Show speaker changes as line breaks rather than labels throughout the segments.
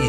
一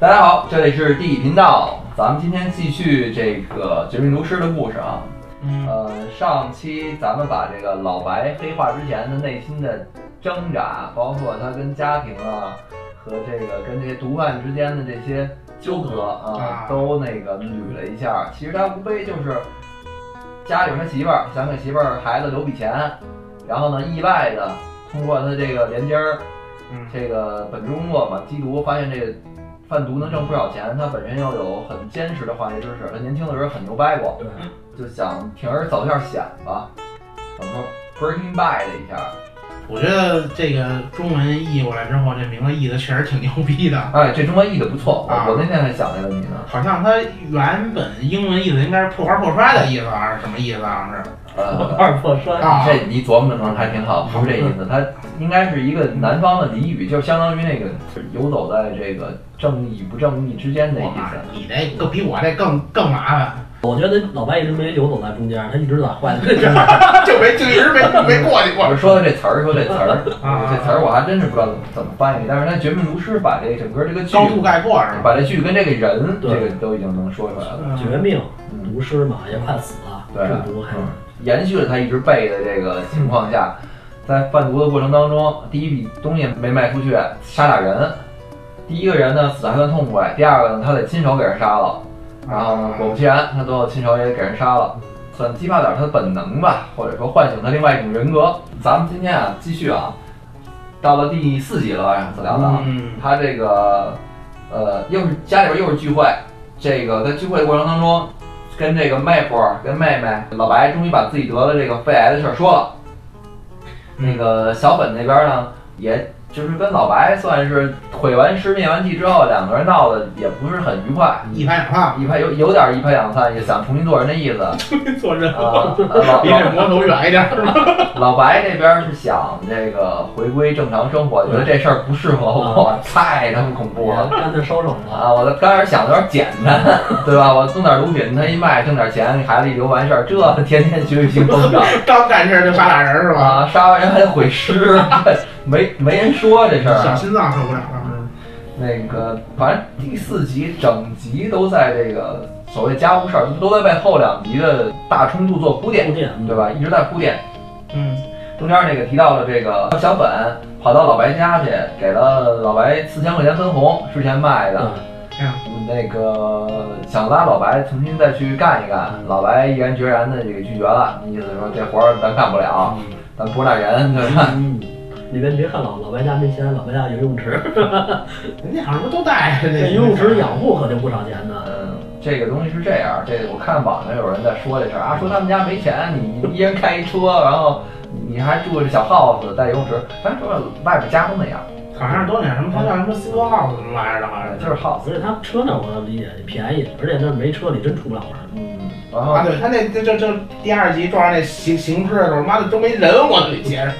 大家好，这里是地理频道，咱们今天继续这个《绝命毒师》的故事啊。呃，上期咱们把这个老白黑化之前的内心的挣扎，包括他跟家庭啊，和这个跟这些毒贩之间的这些纠葛
啊，
啊都那个捋了一下。其实他无非就是家里有他媳妇儿，想给媳妇儿孩子留笔钱，然后呢，意外的通过他这个连襟儿，
嗯
这个本职工作嘛，缉毒，发现这个贩毒能挣不少钱，他本身又有很坚实的化学知识，他年轻的时候很牛掰过，
对，
就想铤而走一下险吧，怎么说 breaking by 了一下，
我觉得这个中文译过来之后，这名字译的确实挺牛逼的。
哎，这中文译的不错，
啊
我我那天还想这个问题呢，
好像它原本英文意思应该是破罐破摔的意思啊，还是什么意思啊？是
呃。
二破摔
啊，
这你琢磨着呢，还挺好，不是这意思，它应该是一个
嗯
南方的俚语，就相当于那个游走在这个正义不正义之间的意
啊我妈
思。，
你这个比我这更更麻烦，
我觉得老白一直没游走在中间，他一直在坏的这儿。
就没就一直没没过去过
我说的这词儿，说这词儿，嗯
啊
这词儿我还真是不知道怎么怎么翻译。但是他《绝命毒师》把这整个这个剧，
高度概括是吧？
把这剧跟这个人，这
对
个都已经能说出来了。
绝命
嗯，
毒师嘛，也快死了，
对
中毒还嗯
嗯延续了他一直背的这个情况下，在贩毒的过程当中，第一笔东西没卖出去，杀俩人。第一个人呢死得还算痛快，第二个呢他得亲手给人杀了，然后呢果不其然，他最后亲手也给人杀了，算激发点他的本能吧，或者说唤醒他另外一种人格。咱们今天啊继续啊，到了第四集了吧，子良的啊，
嗯，
他这个呃，又是家里边又是聚会，这个在聚会的过程当中，跟这个妹夫儿、跟妹妹老白终于把自己得了这个肺癌的事儿说了。那个小本那边呢，也就是跟老白算是毁完尸灭完迹之后，两个人闹得也不是很愉快，
一拍两散，
一拍有有点一拍两散，也想重新做人的意思。啊、
做 人
老
离这魔头远一点是吧？
老白这边是想这个回归正常生活，觉得这事儿不适合我，太他妈恐怖了。
干脆收手了。
啊，我刚开始想的有点简单， 对吧？我弄点毒品，他一卖挣点钱，孩子一留完事儿，这天天学习性增长
刚干事儿就杀俩人是吧？
啊，杀完人还得毁尸， 这没没人说这事
小
儿。啊
心脏受不了了，
那个，反正第四集整集都在这个所谓家务事儿，都在为后两集的大冲突做铺垫，
充电，
对吧？一直在铺垫。
嗯，
中间那个提到了这个小本跑到老白家去，给了老白四千块钱分红，之前卖的。
嗯
那个想拉老白重新再去干一干，老白毅然决然的这个拒绝了，意思说这活儿咱干不了，咱不是那人，对吧？
嗯，里边别看老老白家没钱，老白家有游 泳池，
人家好像不都带着
这
那
游泳池养护可就不少钱呢。
嗯，这个东西是这样，这个我看网上有人在说这事儿啊，说他们家没钱，你一人开一车，然后你还住着小 house 带游泳池，咱说外边家都那样，
好像是都那什么，他叫什么 Super House 什么玩意儿的，好像
就是 house，
而且他车那我理解便宜，而且那没车你真出不了门。
嗯，然后
啊，对他那这这这第二集撞上那行行尸的时候，妈的都没人，我得接着。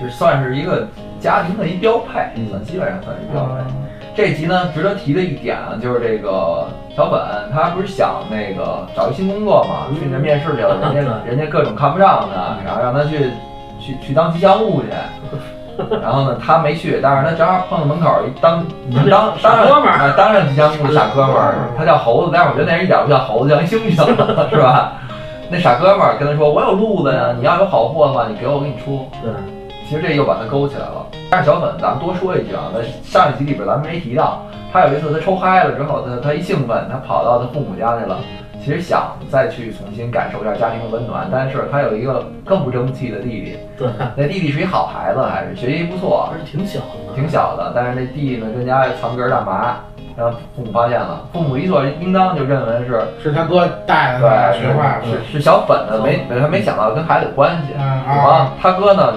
是算是一个家庭的一标配，
嗯
算基本上算是标配。这集呢，值得提的一点啊，就是这个小本他不是想那个找一新工作嘛，
嗯
去人面试去了，人 家人家各种看不上他，然后让他去去去当吉祥 物去。然后呢，他没去，但是他正好碰到门口一当
嗯
当
傻
当
哥们儿
上当上吉祥物的傻哥们儿
嗯，
他叫猴子，但是我觉得那人一点不像猴子，像一猩猩， 是吧？那傻哥们儿跟他说：“我有路子呀，你要有好货的话，你给我，我给你出。”
对，
其实这又把他勾起来了。但是小粉，咱们多说一句啊，那上一集里边咱们没提到，他有一次他抽嗨了之后，他他一兴奋，他跑到他父母家去了。其实想再去重新感受一下家庭的温暖，但是他有一个更不争气的弟弟。
对，
那弟弟是一好孩子，还是学习不错，
而且挺小的呢。
挺小的，但是那弟弟呢跟家藏根儿干嘛？让父母发现了，父母理所应当就认为是
是他哥带的他
对
哎学坏
是
了。嗯
是小本子，没没他没想到跟孩子有关系。
啊啊！
啊，他哥呢，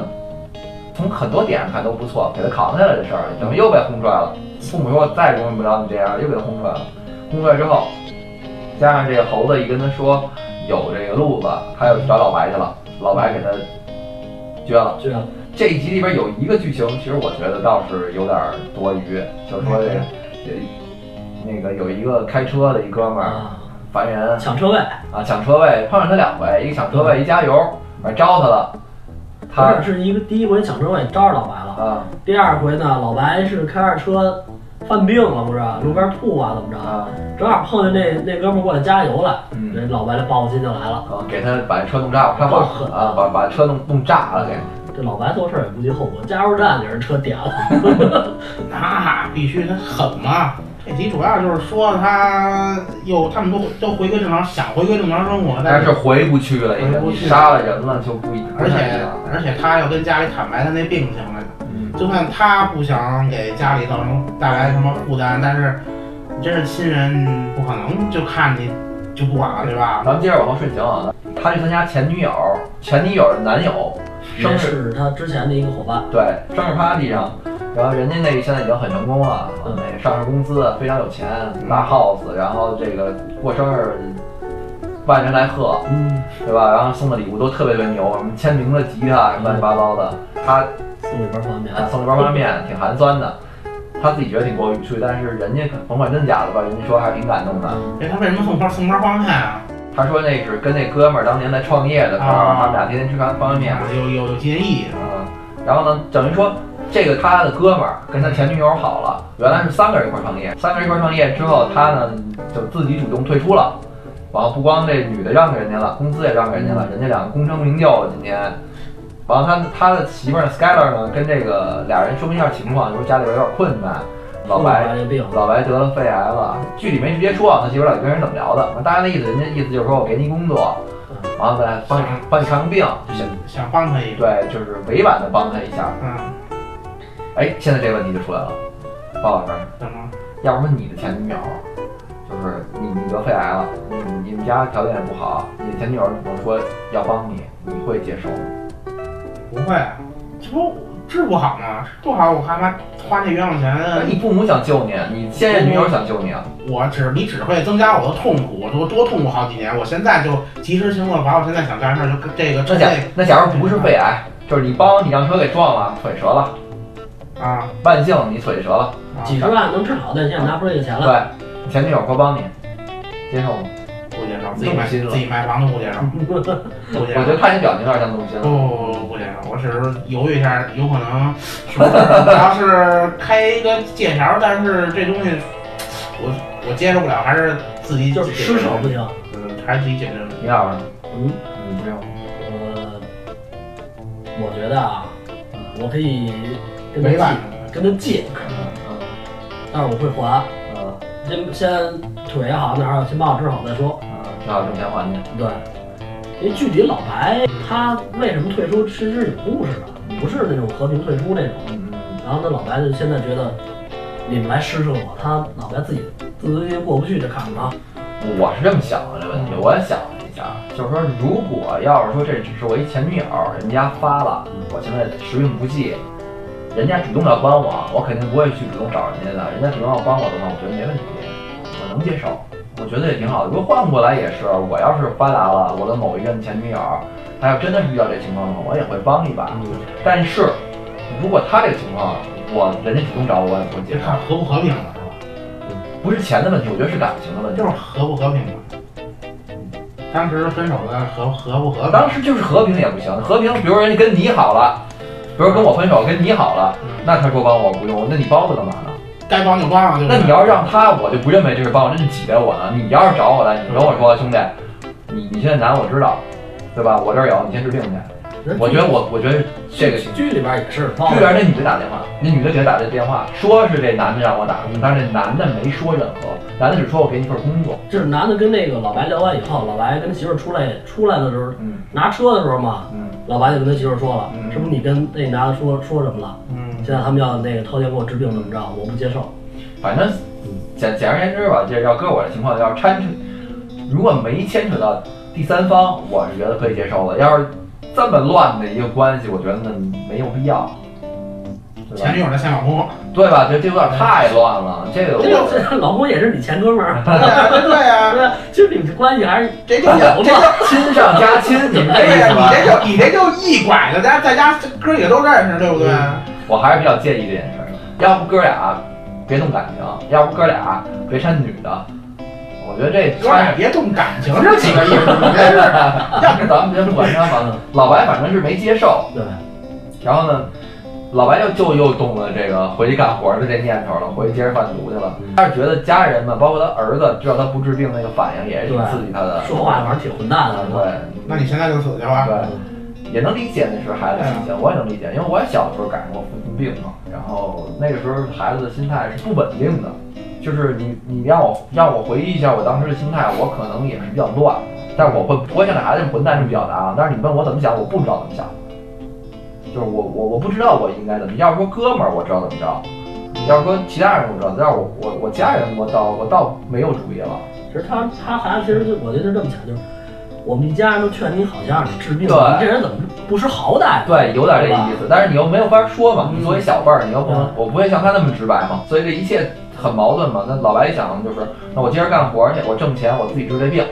从很多点上看都不错，给他扛下来这事儿，
嗯
怎么又被轰拽了？父母说再容忍不了你这样，又给他轰拽了。轰拽之后，加上这个猴子一跟他说有这个路子，他又去找老白去了，老白给他撅了。
这样
这一集里边有一个剧情，其实我觉得倒是有点多余，就是说这个有一那个有一个开车的一哥们儿
啊，
烦人
抢车位，
啊，抢车位碰上他两回，一个抢车位一加油，反正招他了，他
嗯不是是一个第一回抢车位招着老白了，
啊
第二回呢，老白是开着车犯病了，不是路边吐啊，怎么着？
啊
正好碰见那那哥们儿过来加油来，
嗯
这老白的报复心就来了。
啊，给他把车弄炸了，他把
够狠
啊把把车弄弄炸了给，
这老白做事儿也不计后果，加油站给人车点了，
啊
那必须他狠嘛。这集主要就是说他又他们都都回归正常，想回归正常生活，
但
但
是回不去了，已
回
经
不
你
去
杀了人了就不一不
而
太一
且
样了，
而且他要跟家里坦白他那病情来着，
嗯
就算他不想给家里造成带来什么负担，但是你真是亲人，你不可能就看你就不管了，对吧？
咱们接着往后顺行啊，他去参加前女友、前女友的男友生
也
日
是他之前的一个伙伴，
对，生日 party 上，然后人家那个现在已经很成功了，
嗯
那个上市公司非常有钱，大 house，然后这个过生日，万人来贺，
嗯，
对吧？然后送的礼物都特别特别牛，什么签名的吉他，什么乱七八糟的。他
送里边儿方便面，
啊送了包方便面，挺寒酸的。他自己觉得挺过意不去，但是人家甭管真假的吧，人家说还是挺感动的。
哎，他为什么送包送包方便面啊？
他说那是跟那哥们儿当年在创业的时候，
啊
他们俩天天吃方方便啊面，
有有有纪念意义是吧？
嗯，然后呢，等于说这个他的哥们儿跟他前女友好了，原来是三个人一块儿创业，三个人一块儿创业之后，他呢就自己主动退出了。完了，不光这女的让给人家了，工资也让给人家了，人家两个功成名就了，今天。完了，他他的媳妇儿 Skyler 呢，跟这个俩人说明一下情况，就说家里边有点困难，老白
这病，
老白得了肺癌了，剧里没直接说啊，他媳妇儿到底跟人怎么聊的？大概那意思，人家意思就是说我给你工作，完了再帮你帮你看看病，就行。
想帮他一个，
对，就是委婉的帮他一下。
嗯，
哎，现在这个问题就出来了，包老师，
怎么？
要不是你的前女友，就是你你得肺癌了，你你们家条件也不好，你的前女友主动说要帮你，你会接受吗？
不会啊，这不治不好吗？治不好我干嘛花那冤枉
那
钱？啊
你父母想救你，你现任女友想救你啊？
我只你只会增加我的痛苦，我多多痛苦好几年。我现在就及时行乐，把我现在想干的事儿就跟这个
那
这
假那假如不是肺癌，就是你帮你让车给撞了，腿折了，
个啊
万幸你腿折了，
啊，
几十万能治好，但现在拿不出这个钱来，
对，你前女友说帮你，接受吗？
不接受，自己买
动心了
自己买房都不接受，不接
我觉得
受。
看你表情有点像动心
不
了。
不不不接受，我只是犹豫一下，有可能是不是我要是开一个借条，但是这东西我我接受不了，还是自己
就是
解决
失手不行，
嗯，还是自己解决
你俩呢？
嗯，
你接受吗？
我我觉得啊，我可以跟
没
他
办
借，跟他借，
嗯
但是我会还，
嗯嗯。
先先腿也好，哪儿好先把我治好再说，
啊，挺好，挣钱还你。
对。因为具体老白他为什么退出，其实是有故事的，不是那种和平退出那种。
嗯嗯
然后呢，老白就现在觉得你们来施舍我，他老白自己自尊心过不去，就砍了
嗯，我是这么想的这问题，我也想了一下，就是说，如果要是说这只是我一前女友，人家发了，我现在时运不济，人家主动要帮我，我肯定不会去主动找人家的，人家主动要帮我的话，我觉得没问题，我能接受，我觉得也挺好的。如果换过来也是，我要是发达了，我的某一任前女友，她要真的是遇到这情况的话，我也会帮一把。
他。
但是，如果她这个情况，我人家主动找我，我也不会
这
接受
看。合不和平了，是
不是钱的问题，我觉得是感情的问
吧？
题。
就是合不和平嘛。当时分手的合合不和
我
平？
当时就是和平也不行，和平，比如人家跟你好了，比如跟我分手，跟你好了，
嗯
那他说帮我不用，那你帮我干嘛呢？
该帮就帮了，对不
那
对？
你要是让他，我就不认为这是帮我，这是挤兑我呢。你要是找我来，你跟我说，兄弟，你你现在难，我知道，对吧？我这儿有，你先治病去。我觉得我我觉得这个情
剧里边也是，包
况，居然那女的打电话，那女的给他打这电话，说是这男的让我打，但是那男的没说任何，男的只说我给你份工作，
这是男的跟那个老白聊完以后，老白跟媳妇儿出来出来的时候，
嗯
拿车的时候嘛，
嗯
老白就跟他媳妇儿说了，
嗯
是不是你跟那男的说说什么了？
嗯
现在他们要那个掏钱给我治病怎么着？我不接受。
反正嗯简简而言之吧，这要搁我的情况，要是掺，如果没牵扯到第三方，我是觉得可以接受的。要是这么乱的一个关系，我觉得那没有必要，对
前
吧？
女友的现老公，
对吧？这这有点太乱了，这个
这
我
这老公也是你前哥们儿，
对呀，对呀，
对吧？其实你们这关系还是
这就
不
叫
好嘛。
亲上加亲，你们这
对
意
呀，
思吧？
你这就你这就一拐子，大家在家这哥也都认识，对不对？
我还是比较介意这件事儿。要不哥俩别动感情，要不哥俩别掺女的。我觉得这
哥俩
掺
别动感情，这几个意思怎么回事儿？
要是 咱们先不管他，反正老白反正是没接受。
对，
然后呢，老白又就又动了这个回去干活的这念头了，回去接着贩毒去了。
嗯
他是觉得家人们，包括他儿子，知道他不治病那个反应，也是挺
对
刺激他的。
说话反正挺混蛋的，是吧？
那你现在就死去吧。
对，也能理解那时候孩子的心情，我也能理解，因为我也小的时候赶上过父亲病嘛，然后那个时候孩子的心态是不稳定的，就是你你让我让我回忆一下我当时的心态，我可能也是比较乱，但是我会我想给孩子混蛋这么表达啊，但是你问我怎么想，我不知道怎么想，就是我我我不知道我应该怎么，要是说哥们儿我知道怎么着，要是说其他人我知道，但是我我我家人我倒我倒没有主意了，
其实他他孩子其实就我觉得是这么想，就是我们一家人都劝你好像你治病，
对
你这人怎么不识好歹？
对，有点这意思，但是你又没有法说嘛。你作为小辈儿，你又不能
嗯，
我不会像他那么直白嘛，所以这一切很矛盾嘛。那老白一想就是，那我接着干活去，我挣钱，我自己治这病，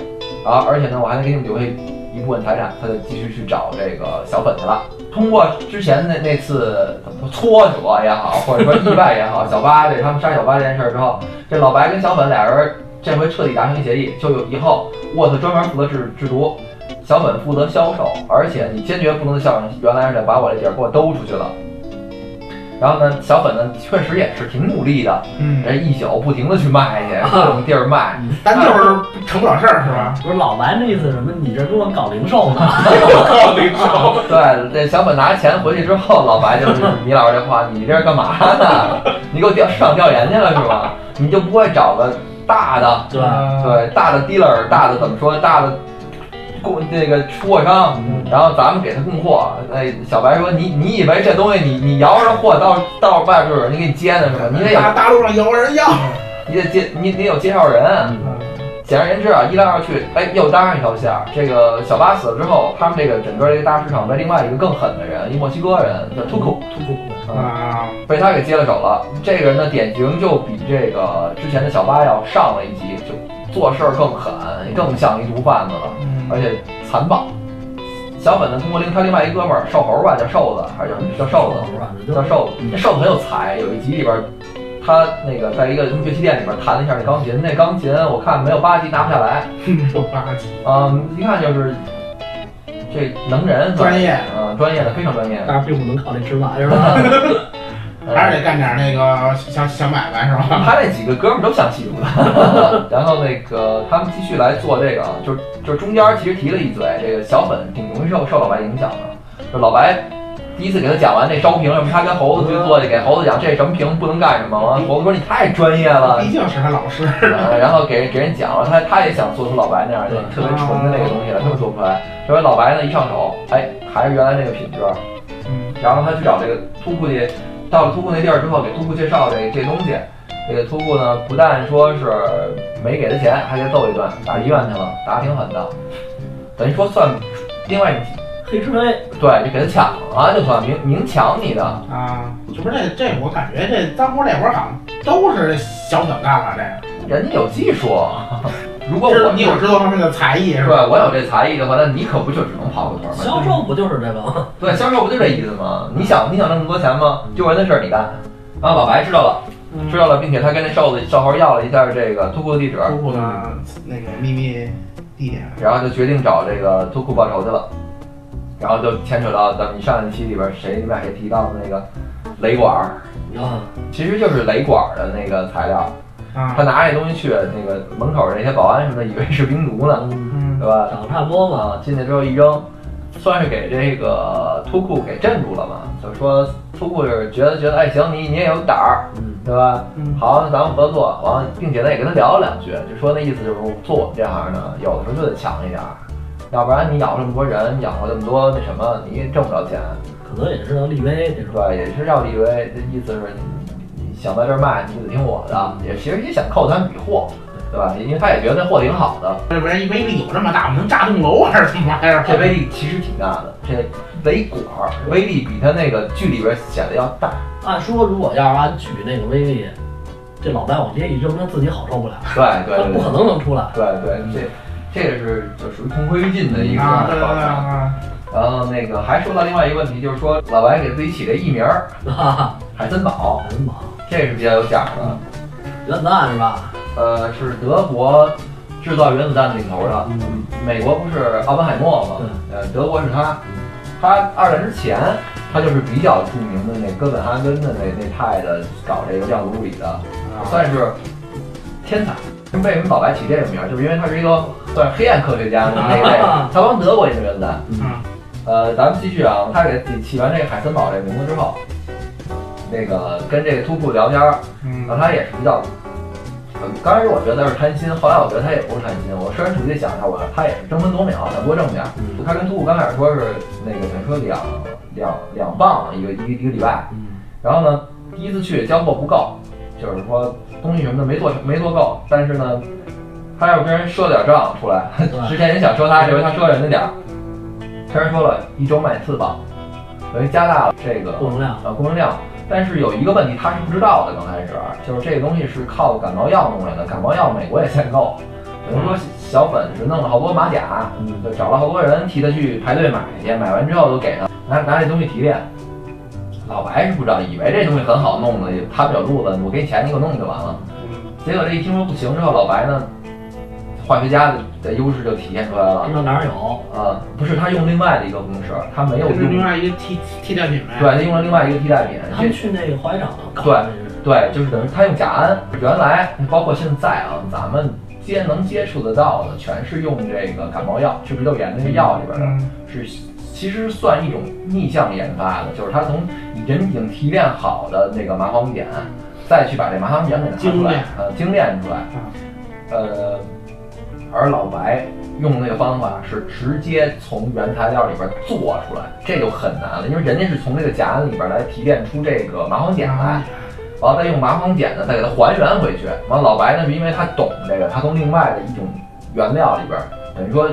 然后而且呢，我还能给你们留下一部分财产，他就继续去找这个小粉去了。通过之前那那次怎么说挫折也好，或者说意外也好，小八这他们杀小八这件事儿之后，这老白跟小粉俩人这回彻底达成一协议，就有以后沃特专门负责制制毒，小粉负责销售，而且你坚决不能像原来似的把我这底儿给我兜出去了。然后呢，小粉呢确实也是挺努力的，
嗯，
这一宿不停的去卖去，各种地儿卖。
咱就是成不了事儿，是吧？
不是老白那意思是什么？你这跟我搞零售呢？
对，这小粉拿钱回去之后，老白就是米老师这话，你这是干嘛呢？ 你给我调市场调研去了是吧？你就不会找个大的，
对吧？
对大的 dealer，大的怎么说，大的供那个出货商，
嗯
然后咱们给他供货。哎，小白说：“你你以为这东西你你摇着货到到外边有人给你接呢是
嗯
吧？你得有
大大陆上有人要。
你得接你你得有介绍人。
嗯
简而言之啊，一来二去，哎，又搭上一条线儿。这个小八死了之后，他们这个整个这个大市场被另外一个更狠的人，一墨西哥人叫 Tuku，
突突的，
嗯，
啊，
被他给接了手了。这个人的典型就比这个之前的小八要上了一级，就做事儿更狠，更像一毒贩子了。而
嗯，
且残暴。小粉呢，通过另他另外一哥们儿瘦猴吧，叫瘦子，还是叫叫瘦子，
吧？
叫瘦子。那瘦子很有才，有一集里边儿，他那个在一个乐器店里边弹了一下那钢琴，那钢琴我看没有八级拿不下来，
这八级
嗯，一看就是这能人，
专业，
嗯，专业的非常专业。
但是并不能靠这吃饭，是吧？
嗯
还是得干点那个小小买卖，是吧？
他那几个哥们儿都想吸毒的， 然后那个他们继续来做这个，啊，就就中间其实提了一嘴，这个小粉挺容易受受老白影响的，就老白第一次给他讲完那烧瓶什么，他跟猴子去做去，给猴子讲这是什么瓶不能干什么，完猴子说你太专业 了，
毕竟是他老师。
然后给人给人讲了，他他也想做出老白那样的特别纯的那个东西来，他们做不出来，结果老白呢一上手，哎，还是原来那个品质，
嗯，
然后他去找这个突库去，到了突库那地儿之后，给突库介绍这这东西。这个突库呃呢，不但说是没给他钱，还给他揍一顿，打医院去了，打得挺狠的。等于说算另外一
黑吃黑，
对，就给他抢了，啊就算明明抢你的。
啊，这不是这这，我感觉这脏活累活好像都是小粉干了。
人家有技术， 如
这
果
个，
我
你有制作方面的才艺是
对
吧？
我有这才艺的话，那你可不就只能跑个腿儿吗？
销售不就是这个吗？
对，销售不就这意思吗？你想你想挣那么多钱吗？丢人的事儿你干。然后老白知道了，
嗯
知道了，并且他跟那瘦子瘦猴要了一下这个突库的地址，
包括呢那个秘密地点。
然后就决定找这个脱库报仇去了，然后就牵扯到咱们上一期里边谁你们俩谁提到的那个雷管儿，
啊，
其实就是雷管儿的那个材料，
啊
他，拿这东西去那个门口那些保安什么的，以为是冰毒呢，
嗯，
嗯
对吧？
长得差不多吧。
啊，进去之后一扔，算是给这个脱库给镇住了嘛，就说脱库是觉得觉得哎行，你你也有胆儿，
嗯，
对吧？
嗯，
好，那咱们合作，完了，并且呢也跟他聊了两句，就说那意思就是做我们这行呢，有的时候就得强一点儿，要不然你养活这么多人，养活这么多那什么，你也挣不着钱。
可能也是要立威这种。
对，也是要立威，这意思是你你想在这儿卖，你就得听我的。也其实也想靠咱比货，对吧？因为他也觉得货挺好的。
要不然一威力有这么大吗？能炸栋楼还是什么玩意儿？
这威力其实挺大的，这雷管儿威力比它那个剧里边显得要大。
按说如果要是按举那个威力，这老白往街一扔，他自己好受不了，
对对
他
对
不可能能出来。
对对对，这这是就属于同归于尽的一个
啊，对对
方
对
法。
啊！
然后那个还说到另外一个问题，就是说老白给自己起的艺名儿
哈哈，
海森堡，
真棒，
这是比较有讲的。
原子弹是吧？
呃，是德国制造原子弹领头的，
嗯，
美国不是奥本海默吗？呃，德国是他，他二战之前，他就是比较著名的那哥本哈根的那那派的搞这个量子物理的，算是天才。为什么老白起这个名儿？就是因为他是一个算是黑暗科学家那一类的，他帮德国研究原子弹。
嗯，
呃，咱们继续啊，他给自己起完这个海森堡这名字之后，那个跟这个突库聊天儿，然后
嗯，
他也是比较，呃刚开始我觉得是贪心，后来我觉得他也不是贪心。我设身处地想一下，我他也是争分夺秒，想多挣点儿。
嗯
他跟突库刚开始说是那个，等于说两两两磅一个一个一个礼拜，
嗯，
然后呢，第一次去交货不够，就是说东西什么的没做没做够，但是呢，他要跟人赊点账出来，
嗯
之前人想赊他，这回他赊人家点儿。虽然说了一周卖四磅，等于加大了这个
供能量，
呃供应量，但是有一个问题他是不知道的，刚开始啊就是这个东西是靠感冒药弄来的，感冒药美国也限购，等于说小粉是弄了好多马甲，
嗯，
就找了好多人替他去排队买去，买完之后都给他拿拿这东西提炼。老白是不知道，以为这东西很好弄的，他们有路子，我给你钱，你给我弄就完了。
嗯
结果这一听说不行之后，老白呢，化学家的的优势就体现出来了
知。
嗯
道哪儿有，
啊，不是，他用另外的一个公式，他没有
嗯这是另
用，
外嗯一个替替代品呗。
对，他用了另外一个替代品。这
他们去那个化学厂搞的那是，
对，就是等于他用甲胺，原来包括现在啊，咱们接能接触得到的，全是用这个感冒药、治鼻窦炎那个药里边的，
嗯，
是其实算一种逆向研发的，就是他从人已经提炼好的那个麻黄碱，再去把这麻黄碱给拿出
精
来
炼，啊
呃，精炼出来，呃，而老白用那个方法是直接从原材料里边做出来，这就很难了，因为人家是从这个甲胺里边来提炼出这个麻黄碱来。
啊
然后再用麻黄碱呢，再给它还原回去。完，老白呢是因为他懂这个，他从另外的一种原料里边儿，等于说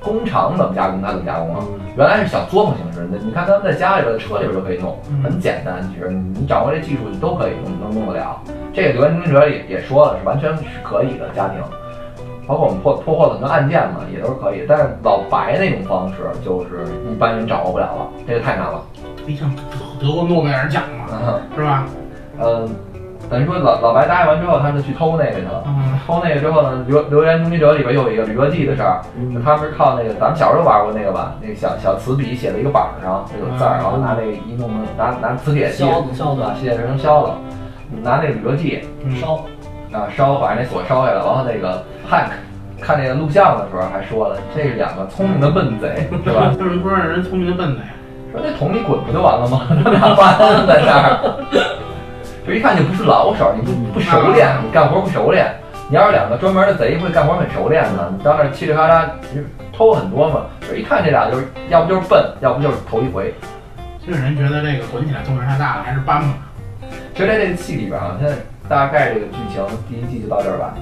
工厂怎么加工，他怎么加工啊？原来是小作坊形式的，你看咱们在家里边的车里边就可以弄，很简单。其实你掌握这技术，你都可以弄能弄得了。这个刘文哲也也说了，是完全是可以的家庭，包括我们破破获的很多案件嘛，也都是可以。但是老白那种方式，就是一般人掌握不了了，这个太难了。
毕竟得过诺贝尔奖嘛，是吧？
嗯，等于说老老白答应完之后，他就去偷那个去了。
嗯，
偷那个之后呢，留留言终结者里边又有一个铝箔记的事儿，就
嗯，
他们是靠那个咱们小时候玩过那个吧，那个小小瓷笔写在一个板儿上，有字儿，然后拿那个一弄弄拿拿磁铁吸，
消消
把
的
吸成消了，拿那个铝箔记
嗯
烧，
啊烧，把那锁烧下来，然后那个汉看那个录像的时候还说了，这是两个聪明的笨贼，是吧？
为什么不让人聪明的笨呢？
说那桶里滚不就完了吗？ 他俩翻在那儿，就一看就不是老手，你不不熟练，你干活不熟练。你要是两个专门的贼，会干活很熟练的，你到那儿嘁哩咔嚓，其实偷很多嘛。就一看这俩就是，要不就是笨，要不就是头一回。
就有人觉得这个滚起来动静太大了，还是搬吧。
其实在这个戏里边啊，现在大概这个剧情第一季就到这儿吧。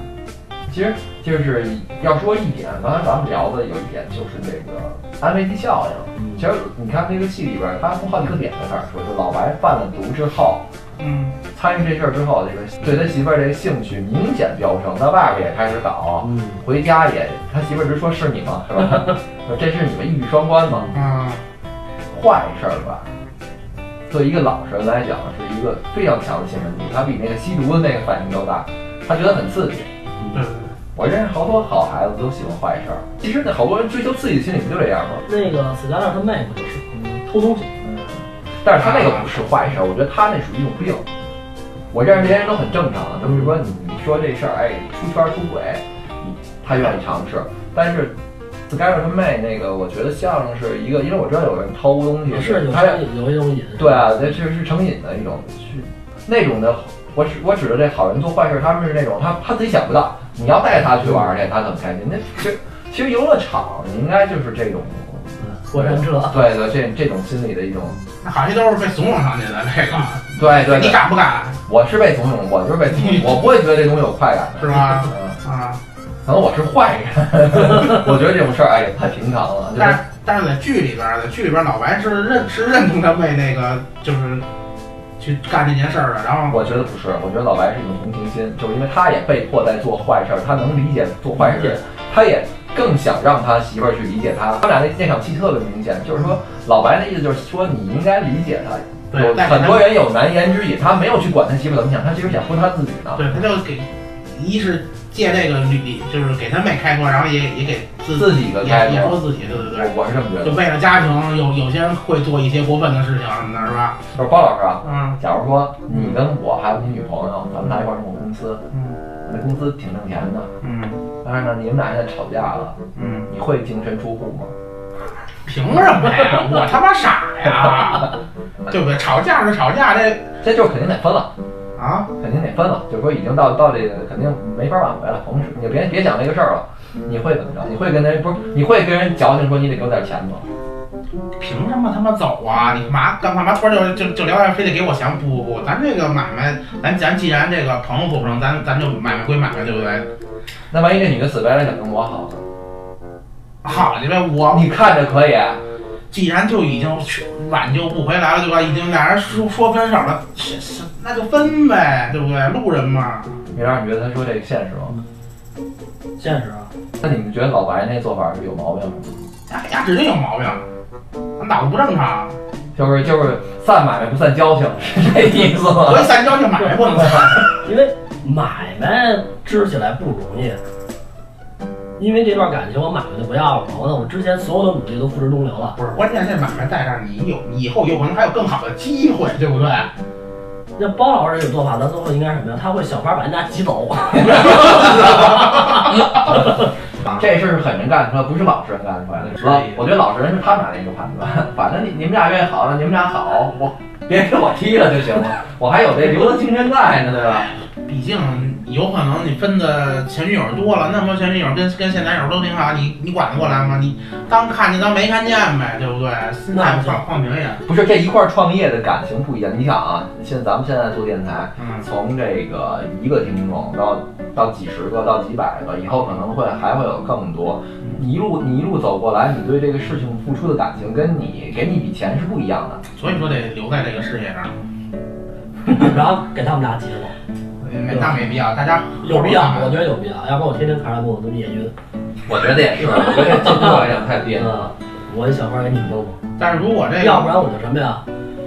其实就是要说一点，刚才咱们聊的有一点就是这个安慰剂效应。
嗯
其实你看这个戏里边儿，他从好几个点在那儿说，就老白犯了毒之后，
嗯，
参与这事儿之后，这个对他媳妇儿这个兴趣明显飙升，在外边也开始搞，
嗯，
回家也，他媳妇儿直说是你吗？是吧？说这是你们一语双关吗？
啊，
坏事儿吧？对一个老实人来讲，是一个非常强的兴奋剂，他比那个吸毒的那个反应都大，他觉得很刺激。
对对对，
我认识好多好孩子都喜欢坏事儿，其实那好多人追求刺激的心理不就这样吗？
那个斯嘉丽儿他妹夫就是嗯偷东西，
但是他那个不是坏事儿，我觉得他那属于一种病。我认识这些人都很正常，就比如说你你说这事儿，哎，出圈出轨，你他愿意尝试。但是 s c a r l 他妹那个，我觉得像是一个，因为我知道有人偷东西，
哦是
嗯
有
他
有有一种瘾，
对啊，这是是成瘾的一种，是那种的。我指我指的这好人做坏事，他们是那种他他自己想不到，你要带他去玩儿去，他很开心。那其实其实游乐场你应该就是这种，
嗯过山车，
对对，这这种心理的一种
那好些都是被怂恿上去的。这个
对哎对
你
对，
敢不敢
我是被怂恿，我就是被怂 恿，我不会觉得这东西有快感的，
是 吧？
嗯，
啊？
可能我是坏人， 我觉得这种事儿哎也太平常了，就是
但是但是在剧里边儿，在剧里边儿老白是认是认同他妹那个就是去干这件事儿的，然后
我觉得不是，我觉得老白是一种同情心，就是因为他也被迫在做坏事儿，他能理解做坏事儿，
嗯
他也更想让他媳妇儿去理解他。他们俩那那场戏特别明显，就是说老白的意思就是说你应该理解他。有
嗯对，但是
很
他
多人有难言之隐，他没有去管他媳妇儿怎么想，他媳妇儿想说他自己呢。
对他就给一是借这个履历，就是给他妹开脱，然后也也给自
自己的开脱
也也说自己，对对对。
我我是这么觉
就
得。
为了家庭，有有些人会做一些过分的事情什么的，是吧？
就是包老师啊，
嗯
假如说你跟我还有你女朋友，咱们俩一块儿生活公司，
嗯
那公司挺挣钱的，
嗯
但是呢，你们俩现在吵架了，
嗯，
你会净身出户吗？
凭什么呀？我他妈傻 呀，对不对？吵架是吵架，这
这就是肯定得分了。
啊，
肯定得分了，就是说已经到到这个肯定没法挽回了，甭你别别想这个事儿了。你会怎么着？你会跟人不是？你会跟人矫情说你得给我点钱吗？
凭什么他妈走啊？你干嘛干嘛突然就就就聊完非得给我钱？不不不，咱这个买卖，咱咱既然这个朋友做不成，咱咱就买卖归买卖，对不对？
那万一这女的死白了想跟我好，
好你呗，我
你看着可以，
既然就已经去挽救不回来了，对吧？已经俩人说说分手了，是是那就分呗，对不对？路人嘛，
你让你觉得他说这个现实吗？
现实啊，
那你们觉得老白那做法是有毛病吗？
呀呀，指定有毛病，脑子不正常。
就是就是散买卖不散交情，是这意思
所
吗？
以三交就买卖不能散，
因为买卖支起来不容易，因为这段感情我买卖就不要了嘛，我那我之前所有的努力都付之东流了，
不是关键，这买卖在这儿，你有以后有可能还有更好的机会，对不对？
那包老师这种做法，咱最后应该是什么呀？他会想法把人家挤 走。
这事儿是狠人干出来，不是老实人干出来的。
是
老，我觉得老实人是他们俩的一个判断。 反正你你们俩愿意好，那你们俩好，我别给我踢了就行了。我还有这留的精神在呢，对吧？
毕竟有可能你分的前女友多了，那么多前女友跟跟现男友都挺好，你你管得过来吗？你当看见当没看见呗，对不对？心态放放平一点，
不是这一块儿创业的感情不一样。你想啊，现在咱们现在做电台，
嗯，
从这个一个听众到到几十个，到几百个，以后可能会还会有更多。你一路 你一路走过来，你对这个事情付出的感情，跟你给你一笔钱是不一样的。
所以说得留在这个事业上，
然后给他们俩挤了，
没那没必要，大家
有必要？我觉得有必要，要不然我天天看着我都也晕。
我觉得也是，啊我觉得这 对我来讲太低了。
嗯，哎我也想法给你们弄吧，
但是如果这
要
个
不然我就什么呀？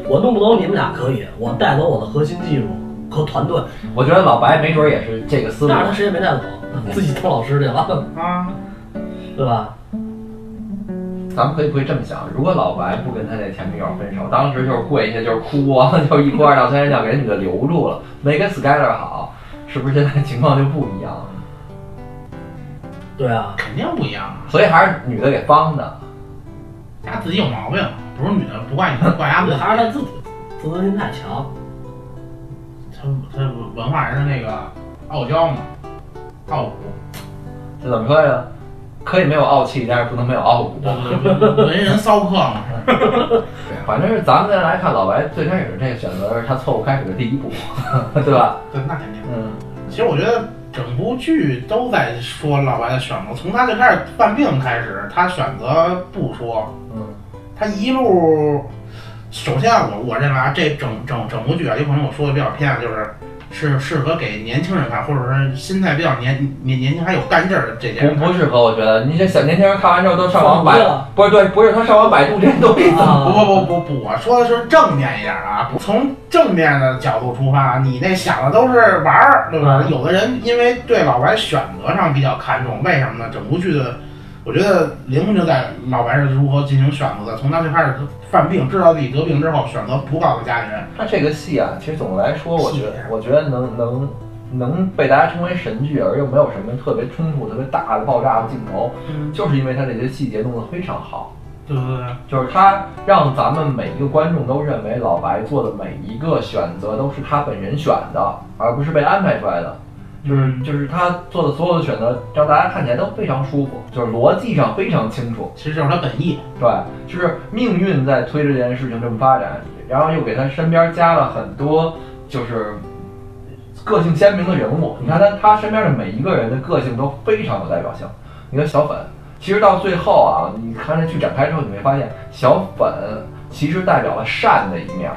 我弄不走你们俩可以，我带走我的核心技术和团队，
我觉得老白没准儿也是这个思路
但。是他谁也没带走，自己当老师去了，
啊，
对吧？
咱们可以不可以这么想？如果老白不跟他那前女友分手，当时就是跪下就是哭啊，就是一哭二闹三上吊，给人女的留住了，没跟 Skyler 好，是不是现在情况就不一样了？
对啊，
肯定不一样啊，
所以还是女的给帮的。
家自己有毛病，不是女的不怪你，怪家自己，
还是他自己自尊心太强，
他他文化人的那个傲娇嘛，傲骨。
这怎么说呀？可以没有傲气，但是不能没有傲骨。
文人骚客嘛，
反正是咱们来看，老白最开始这个选择是他错误开始的第一步， 对吧？
对，那肯定。
嗯，
其实我觉得整部剧都在说老白的选择，从他最开始犯病开始，他选择不说，
嗯，
他一路，首先啊我我认为啊，这整整整部剧啊，有可能我说的比较偏啊，就是是适合给年轻人看，或者是心态比较年年年轻还有干劲儿的这些人
不
看。
不适合，我觉得你这小年轻人看完之后都上网
放飞
百，
了
不是对，不是他上网百度这些东西怎么
啊
不不不不不，我说的是正面一点啊，不从正面的角度出发，你那想的都是玩儿，对吧？有的人因为对老白选择上比较看重，为什么呢？整部剧的，我觉得灵魂就在老白是如何进行选择的。从他最开始犯病，知道自己得病之后，选择不告诉家里人，
那这个戏啊，其实总的来说，我觉得
戏啊
我觉得能能能被大家称为神剧，而又没有什么特别冲突、特别大的爆炸的镜头，就是因为它这些细节弄得非常好。
对不对？
就是它让咱们每一个观众都认为老白做的每一个选择都是他本人选的，而不是被安排出来的。
就是
就是他做的所有的选择，让大家看起来都非常舒服，就是逻辑上非常清楚。
其实就是他本意。
对，就是命运在推着这件事情这么发展，然后又给他身边加了很多就是个性鲜明的人物。你看他他身边的每一个人的个性都非常有代表性。你看小粉，其实到最后啊，你看这剧展开之后，你会发现小粉其实代表了善的一面儿，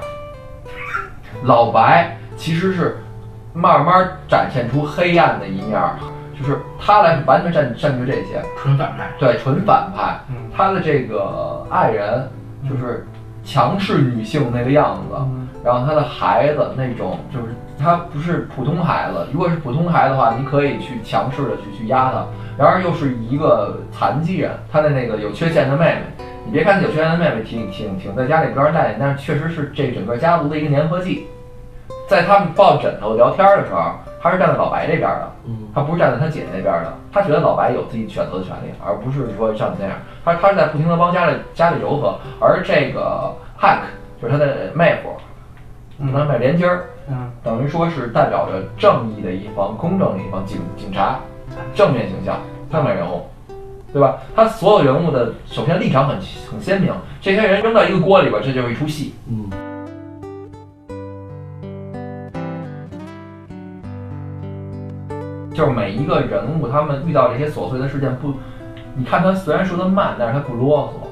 老白其实是慢慢展现出黑暗的一面儿，就是他来完全占占据这些。
纯反派。
对，纯反派
嗯，
他的这个爱人就是强势女性那个样子，然后他的孩子那种就是他不是普通孩子，如果是普通孩子的话，你可以去强势的去去压他，然而又是一个残疾人，他的那个有缺陷的妹妹，你别看有缺陷的妹妹挺挺挺在家里边儿待着，但是确实是这整个家族的一个粘合剂。在他们抱枕头聊天的时候，他是站在老白这边的，
嗯，
他不是站在他姐那边的，他觉得老白有自己选择的权利，而不是说像你那样，他他是在不停的帮家里家里柔和，而这个 Hank 就是他的妹夫，
嗯
他的妹连襟儿，
嗯，
等于说是代表着正义的一方、公正的一方，警警察正面形象正面人物，对吧？他所有人物的首先立场很很鲜明，这些人扔到一个锅里边，这就是一出戏。
嗯，
就是每一个人物，他们遇到这些琐碎的事件不，你看他虽然说的慢，但是他不啰嗦。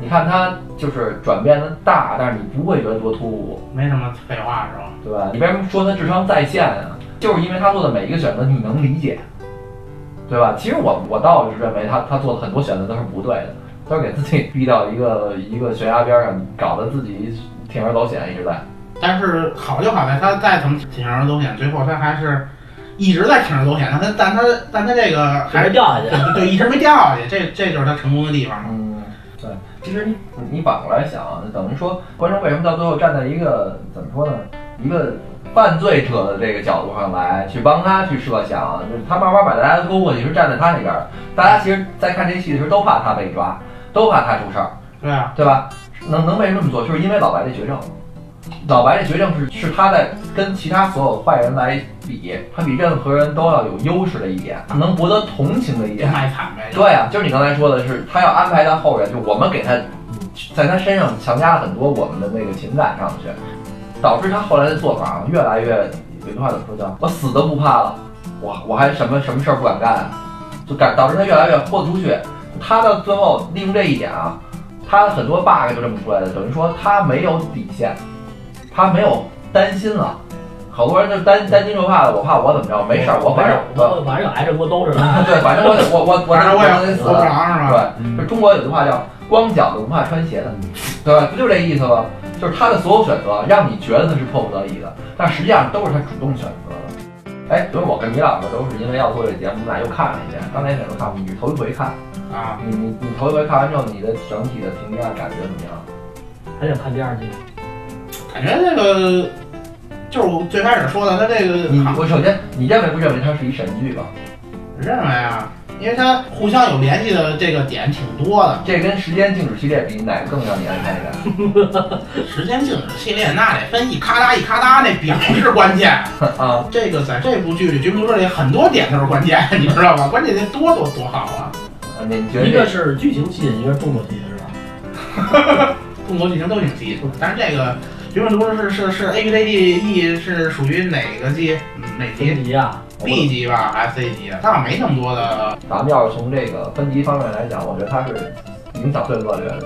你看他就是转变的大，但是你不会觉得多突兀，
没什么废话是吧？
对吧？你为什么说他智商在线啊？就是因为他做的每一个选择你能理解，对吧？其实我我倒是认为他他做的很多选择都是不对的，都是给自己逼到一个一个悬崖边上，搞得自己铤而走险一直在。
但是好就好在他再怎么铤而走险，最后他还是一直在铤而走险。但他但他但他这个还
还是掉下去了。
对，一直没掉下去，这这就是他成功的地方嘛。
嗯，对，其实你你反过来想，等于说观众为什么到最后站在一个怎么说呢，一个犯罪者的这个角度上来去帮他去设想，就是他慢慢把大家都勾过去，是站在他那边儿。大家其实，在看这戏的时候都怕他被抓，都怕他出事儿，
对啊，
对吧？能能为什么这么做，就是因为老白这绝症。老白这绝症是是他在跟其他所有坏人来比，他比任何人都要有优势的一点，能博得同情的一
就
点。
卖惨呗。
对啊，就是你刚才说的是，他要安排他后人，就我们给他，在他身上强加了很多我们的那个情感上去，导致他后来的做法啊越来越有一句话怎么说叫“我死都不怕了，我我还什么什么事儿不敢干啊”，就感导致他越来越豁得出去。他到最后利用这一点啊，他很多 bug 就这么出来的，等于说他没有底线，他没有担心了。好多人就担担惊受怕的，我怕我怎么着，没事儿，我反正我
我反正挨着锅兜着呢。
对，反正我得我我我
反正
得
我
我
也
得死
活。不长是吧？
对，就中国有句话叫“光脚的不怕穿鞋的”，对吧？不就这意思吗？就是他的所有选择，让你觉得是迫不得已的，但实际上都是他主动选择的。哎，所以我跟你老婆都是因为要做这节目，我们俩又看了一遍。刚才也没有看，你是头一回看，
啊，
你你你头一回看完之后，你的整体的评价感觉怎么样？
还想看第二季，
感觉这个就是我最开始说的，他这个
你
好
我首先，你认为不认为它是一神剧吧？
认为啊，因为他互相有联系的这个点挺多的。
这跟《时间静止》系列比，哪个更让你安全感？
时间静止系列那得分一咔嗒一咔嗒，那表是关键。
啊，
这个在这部剧里，军部队里很多点都是关键， 你知道吧？关键得多多多好啊！
你你觉得
一
这
个是剧情吸引，一个是动作吸引，是吧？
中国剧情都挺细，但是这个《绝命毒师》是是是 A B C D E 是属于哪个级？嗯哪级
别急啊，
？B 级吧，F C 级？那没那么多的。
咱们要是从这个分级方面来讲，我觉得它是影响最恶劣的，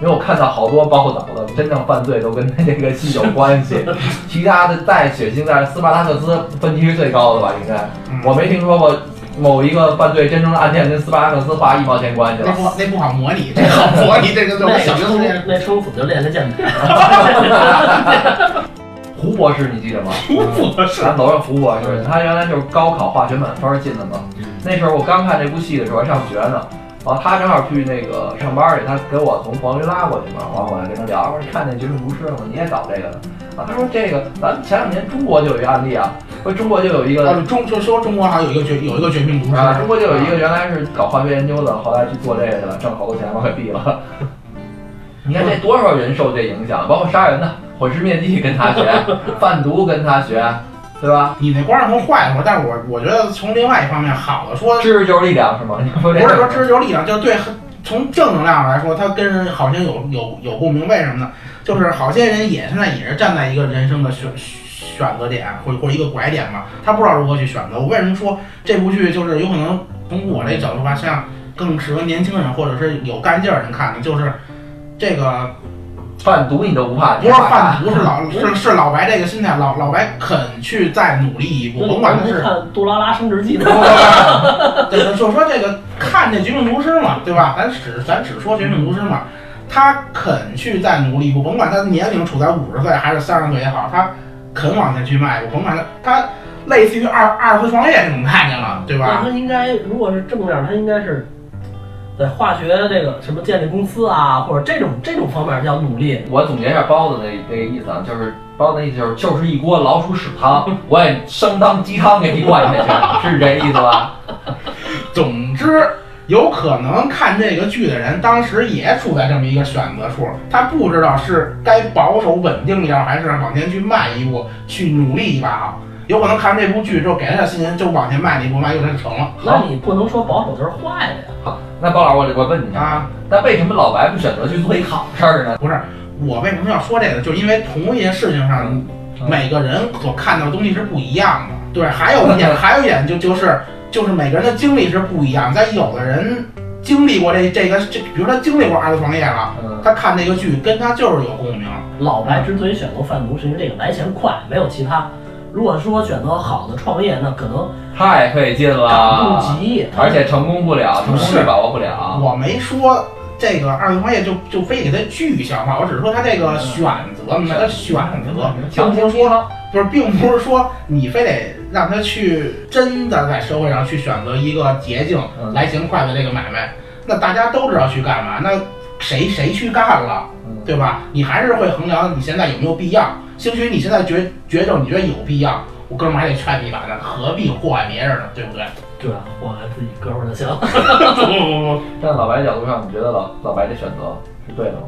因为我看到好多报道的真正犯罪都跟这个戏有关 系，其他的再血腥，但是斯巴达克斯分级是最高的吧？应该
嗯、
我没听说过某一个犯罪真正的案件跟斯巴达克斯画一毛钱关系
那
了。
不那不好模拟， 这好模拟，这个就
那
我小学同学
那生死就练练健美，
胡博士，你记得吗？
不是。
咱楼上啊胡博士，他原来就是高考化学满分进的嘛。那时候我刚看这部戏的时候还上学呢，然后他正好去那个上班去，他给我从黄云拉过去嘛，完我还跟他聊，我说看见绝命毒师了吗？你也搞这个的？啊，他说这个咱们前两年中国就有一个案例啊，说中国就有一个。
呃，中就说中国好像有一个绝有一个绝命毒师，
啊，中国就有一个原来是搞化学研究的，后来去做这个去了，挣好多钱，我给毙 了。你看这多少人受这影响，包括杀人的，毁尸灭迹跟他学， 贩毒跟他学，对吧？
啊你那光是从坏的说，但是我我觉得从另外一方面好的说，
知识就是力量是吗？你 说
不
这
是说知识就是力量，就对从正能量来说，它跟好像有有有共鸣。为什么呢？就是好些人也现在也是站在一个人生的选选择点或者或者一个拐点嘛，他不知道如何去选择。我为什么说这部剧就是有可能从我这角度吧，像更适合年轻人或者是有干劲儿人看的，就是这个
贩毒你都不怕，
不是贩毒，是老是是老白这个心态，老老白肯去再努力一步，甭管他
不
是。
看杜拉拉升职记呢，
对，就说这个看这《绝命毒师》嘛，对吧？咱只咱只说《绝命毒师》嘛，他肯去再努力一步，甭管他的年龄处在五十岁还是三十岁也好，他肯往前去迈一步，甭管他他类似于二二次创业这种概念了，对
那
吧？
他应该如果是正面，他应该是在化学这个什么建立公司啊，或者这种这种方面要努力。
我总结一下包子那那个意思啊，就是包子的意思就是就是一锅老鼠屎汤， 我也生当鸡汤给你灌下去，是 这意思吧？
总之，有可能看这个剧的人当时也处在这么一个选择处，他不知道是该保守稳定一点，还是往前去迈一步，去努力一把好。有可能看完这部剧之后，给他的信心就往前迈了一步，迈一步他就成了
那你不能说保守就是坏的呀。
那包老师，我我问你一下，
啊。
那为什么老白不选择去做一好事儿呢？
不是，我为什么要说这个？就是因为同一件事情上，每个人所看到的东西是不一样的。对，还有一点，还有一点就就是就是每个人的经历是不一样，在有的人经历过这这个这，比如他经历过二次创业了，
嗯，
他看这个剧跟他就是有共鸣。
老白之所以选择贩毒，是因为这个来钱快，没有其他。如果说选择好的创业，那可能
太费劲
赶不
了，
及，他
啊而且成功不了，成功率
嗯是
把握不了。
我没说这个二次创业就就非给他具象化，我只是说他这个选择，他的选择。
强行说，
就是并不是说你非得让他去真的在社会上去选择一个捷径
嗯
来行快的这个买卖，那大家都知道去干嘛，那谁谁去干了，
嗯
对吧？你还是会衡量你现在有没有必要，兴许你现在觉觉着你觉得有必要，我哥们儿还得劝你一把呢，何必祸害别人呢？对不 对？
对吧？祸害自己哥们儿就行。
不不不，
站在老白的角度上，你觉得老老白的选择是对的吗？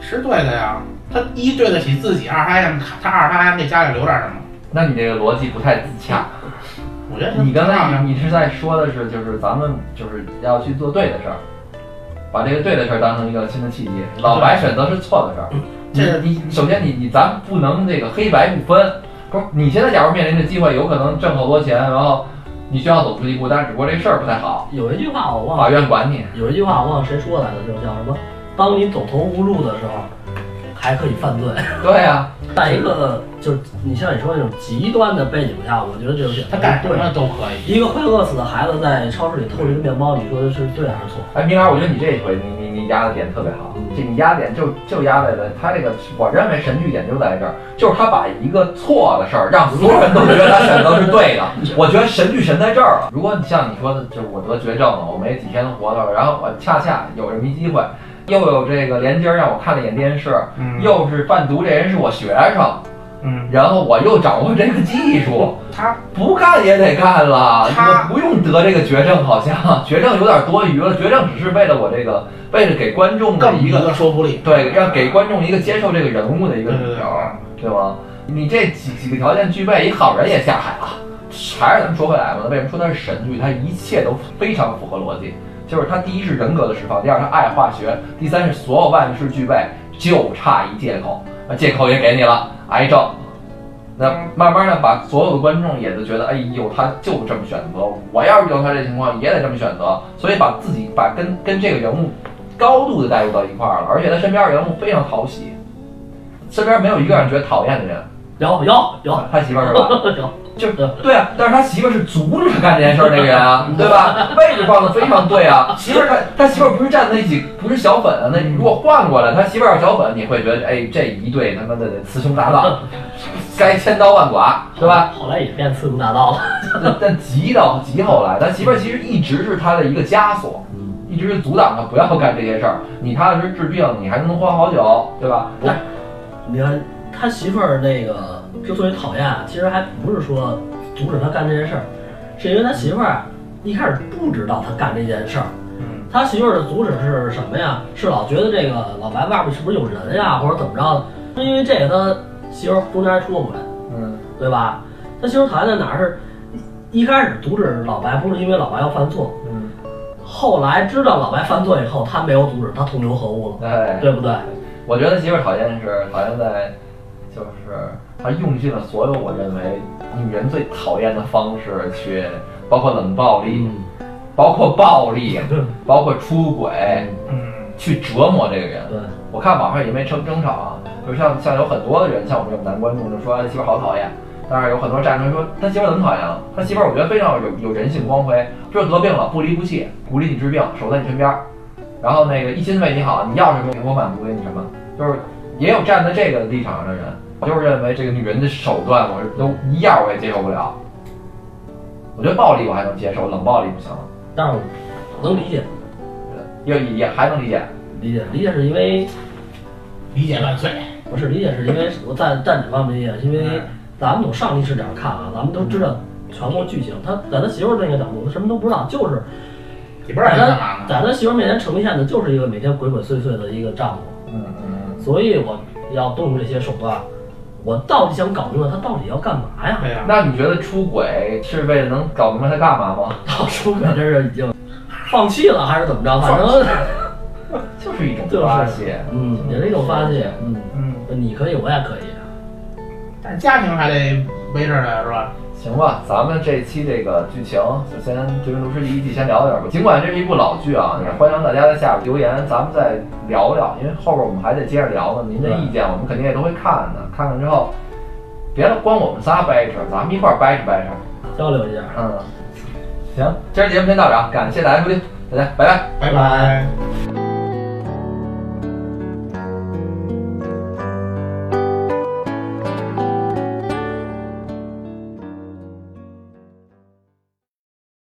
是对的呀。他一对得起自己，二他还让他二他还给家里留点什么？
那你这个逻辑不太自洽。
我觉得
你刚才
你
你你是在说的是，就是咱们就是要去做对的事儿，把这个对的事儿当成一个新的契机。老白选择是错的事儿。
这
你你首先你你咱不能这个黑白不分，不是？你现在假如面临着机会，有可能挣好多钱，然后你需要走出一步，但是只不过这事儿不太好，
有一句话我忘了
法，院管你。
有一句话我忘了谁说来的，就是叫什么？当你走投无路的时候，还可以犯罪。
对啊呀、
在一个就是你像你说那种极端的背景下，我觉得这 个
他干什
对。
么都可以。
一个快饿死的孩子在超市里偷了一个面包，你说的是对还是错？
哎，明儿我觉得你这一回你你你压的点特别好，这你压的点就就压在了他这个，我认为神剧点就在这儿，就是他把一个错的事儿让所有人都觉得他选择是对的。我觉得神剧神在这儿了。如果你像你说的，就是我得绝症了，我没几天活头，然后我恰恰有这么一机会，又有这个连接儿让我看了一眼电视，
嗯
又是贩毒这人是我学生，
嗯，
然后我又掌握这个技术，
他
不干也得干了，
他
我不用得这个绝症，好像绝症有点多余了。绝症只是为了我这个，为了给观众的
更
一
一
个
个说服力，
对，让给观众一个接受这个人物的一个
对对对
理由，对吗？你这几几个条件具备，一好人也下海了。还是咱们说回来吧，为什么说它是神剧？它一切都非常符合逻辑，就是它第一是人格的释放，第二它爱化学，第三是所有万事具备，就差一借口，那借口也给你了，癌症。那慢慢的把所有的观众也都觉得，哎呦，他就这么选择，我要是遇到他这情况也得这么选择，所以把自己把跟跟这个人物高度的带入到一块儿了，而且他身边的人物非常讨喜，身边没有一个让人觉得讨厌的人，
有有有
他媳妇儿是吧？
有，
对啊，但是他媳妇儿是阻止他干这件事儿那个人啊，对吧？位置放的非常对啊，媳妇儿他他媳妇儿不是站在一起，不是小粉啊，那你如果换过来，他媳妇儿要小粉，你会觉得哎，这一对他妈的雌雄大盗，该千刀万剐，对吧？？
后来也变刺龙大盗了。
但但急到急后来，他媳妇儿其实一直是他的一个枷锁，一直是阻挡他不要干这些事儿。你踏踏实实治病，你还能活好久，对吧？不
你看他媳妇儿那个之所以讨厌，啊其实还不是说阻止他干这件事儿，是因为他媳妇儿一开始不知道他干这件事儿。
嗯，
他媳妇儿的阻止是什么呀？是老觉得这个老白外面是不是有人呀，或者怎么着的？是因为这个他媳妇儿中间还出过轨，
嗯，
对吧？他媳妇儿讨厌在哪儿是？一一开始阻止老白不是因为老白要犯错，
嗯，
后来知道老白犯错以后，他没有阻止，他同流合污了，
哎，
对不对？
我觉得媳妇儿讨厌是讨厌在，就是她用尽了所有我认为女人最讨厌的方式去，包括冷暴力，
嗯
包括暴力，包括出轨，
嗯，
去折磨这个人。
对，
我看网上也没争争吵啊，就是像像有很多的人，像我们这种男观众就说他媳妇儿好讨厌，但是有很多站出来说他媳妇儿怎么讨厌了？他媳妇儿我觉得非常有有人性光辉，就是得病了不离不弃，鼓励你治病，守在你身边儿，然后那个一心为你好，你要什么我满足给你什么，就是也有站在这个立场上的人，我就是认为这个女人的手段我是都一样我也接受不了，我觉得暴力我还能接受，冷暴力不行，
但是我能理解，
也也还能理解，
理解理解是因为
理解万岁。
不是理解是因为我站站着方面理解，
嗯
因为咱们从上帝视角看啊，咱们都知道全国剧情，他在他媳妇儿那个角度，他什么都不知道，就是
你不知道你干嘛呢？
在他媳妇儿面前呈现的就是一个每天鬼鬼祟祟的一个丈夫，
嗯嗯
所以我要动用这些手段，我到底想搞明白他到底要干嘛呀？
对呀、
那你觉得出轨是为了能搞明白他干嘛吗？
到出轨这是已经放弃了还是怎么着？反正
就是一种
就是
发泄。
嗯，也是一种发泄，嗯，
嗯，
你可以，我也可以。啊
但是家庭还得围着来是吧？
行吧，咱们这期这个剧情就先《绝命毒师》第一季先聊到这儿吧。尽管这是一部老剧啊，
嗯
也欢迎大家在下面留言，咱们再聊聊，因为后边我们还得接着聊呢。您的
对
意见我们肯定也都会看的，看看之后，别光我们仨掰扯，咱们一块儿掰扯掰扯。
交流一下。
啊嗯，行，今儿节目先到这儿啊，感谢大家收听，大家拜拜。
拜
拜拜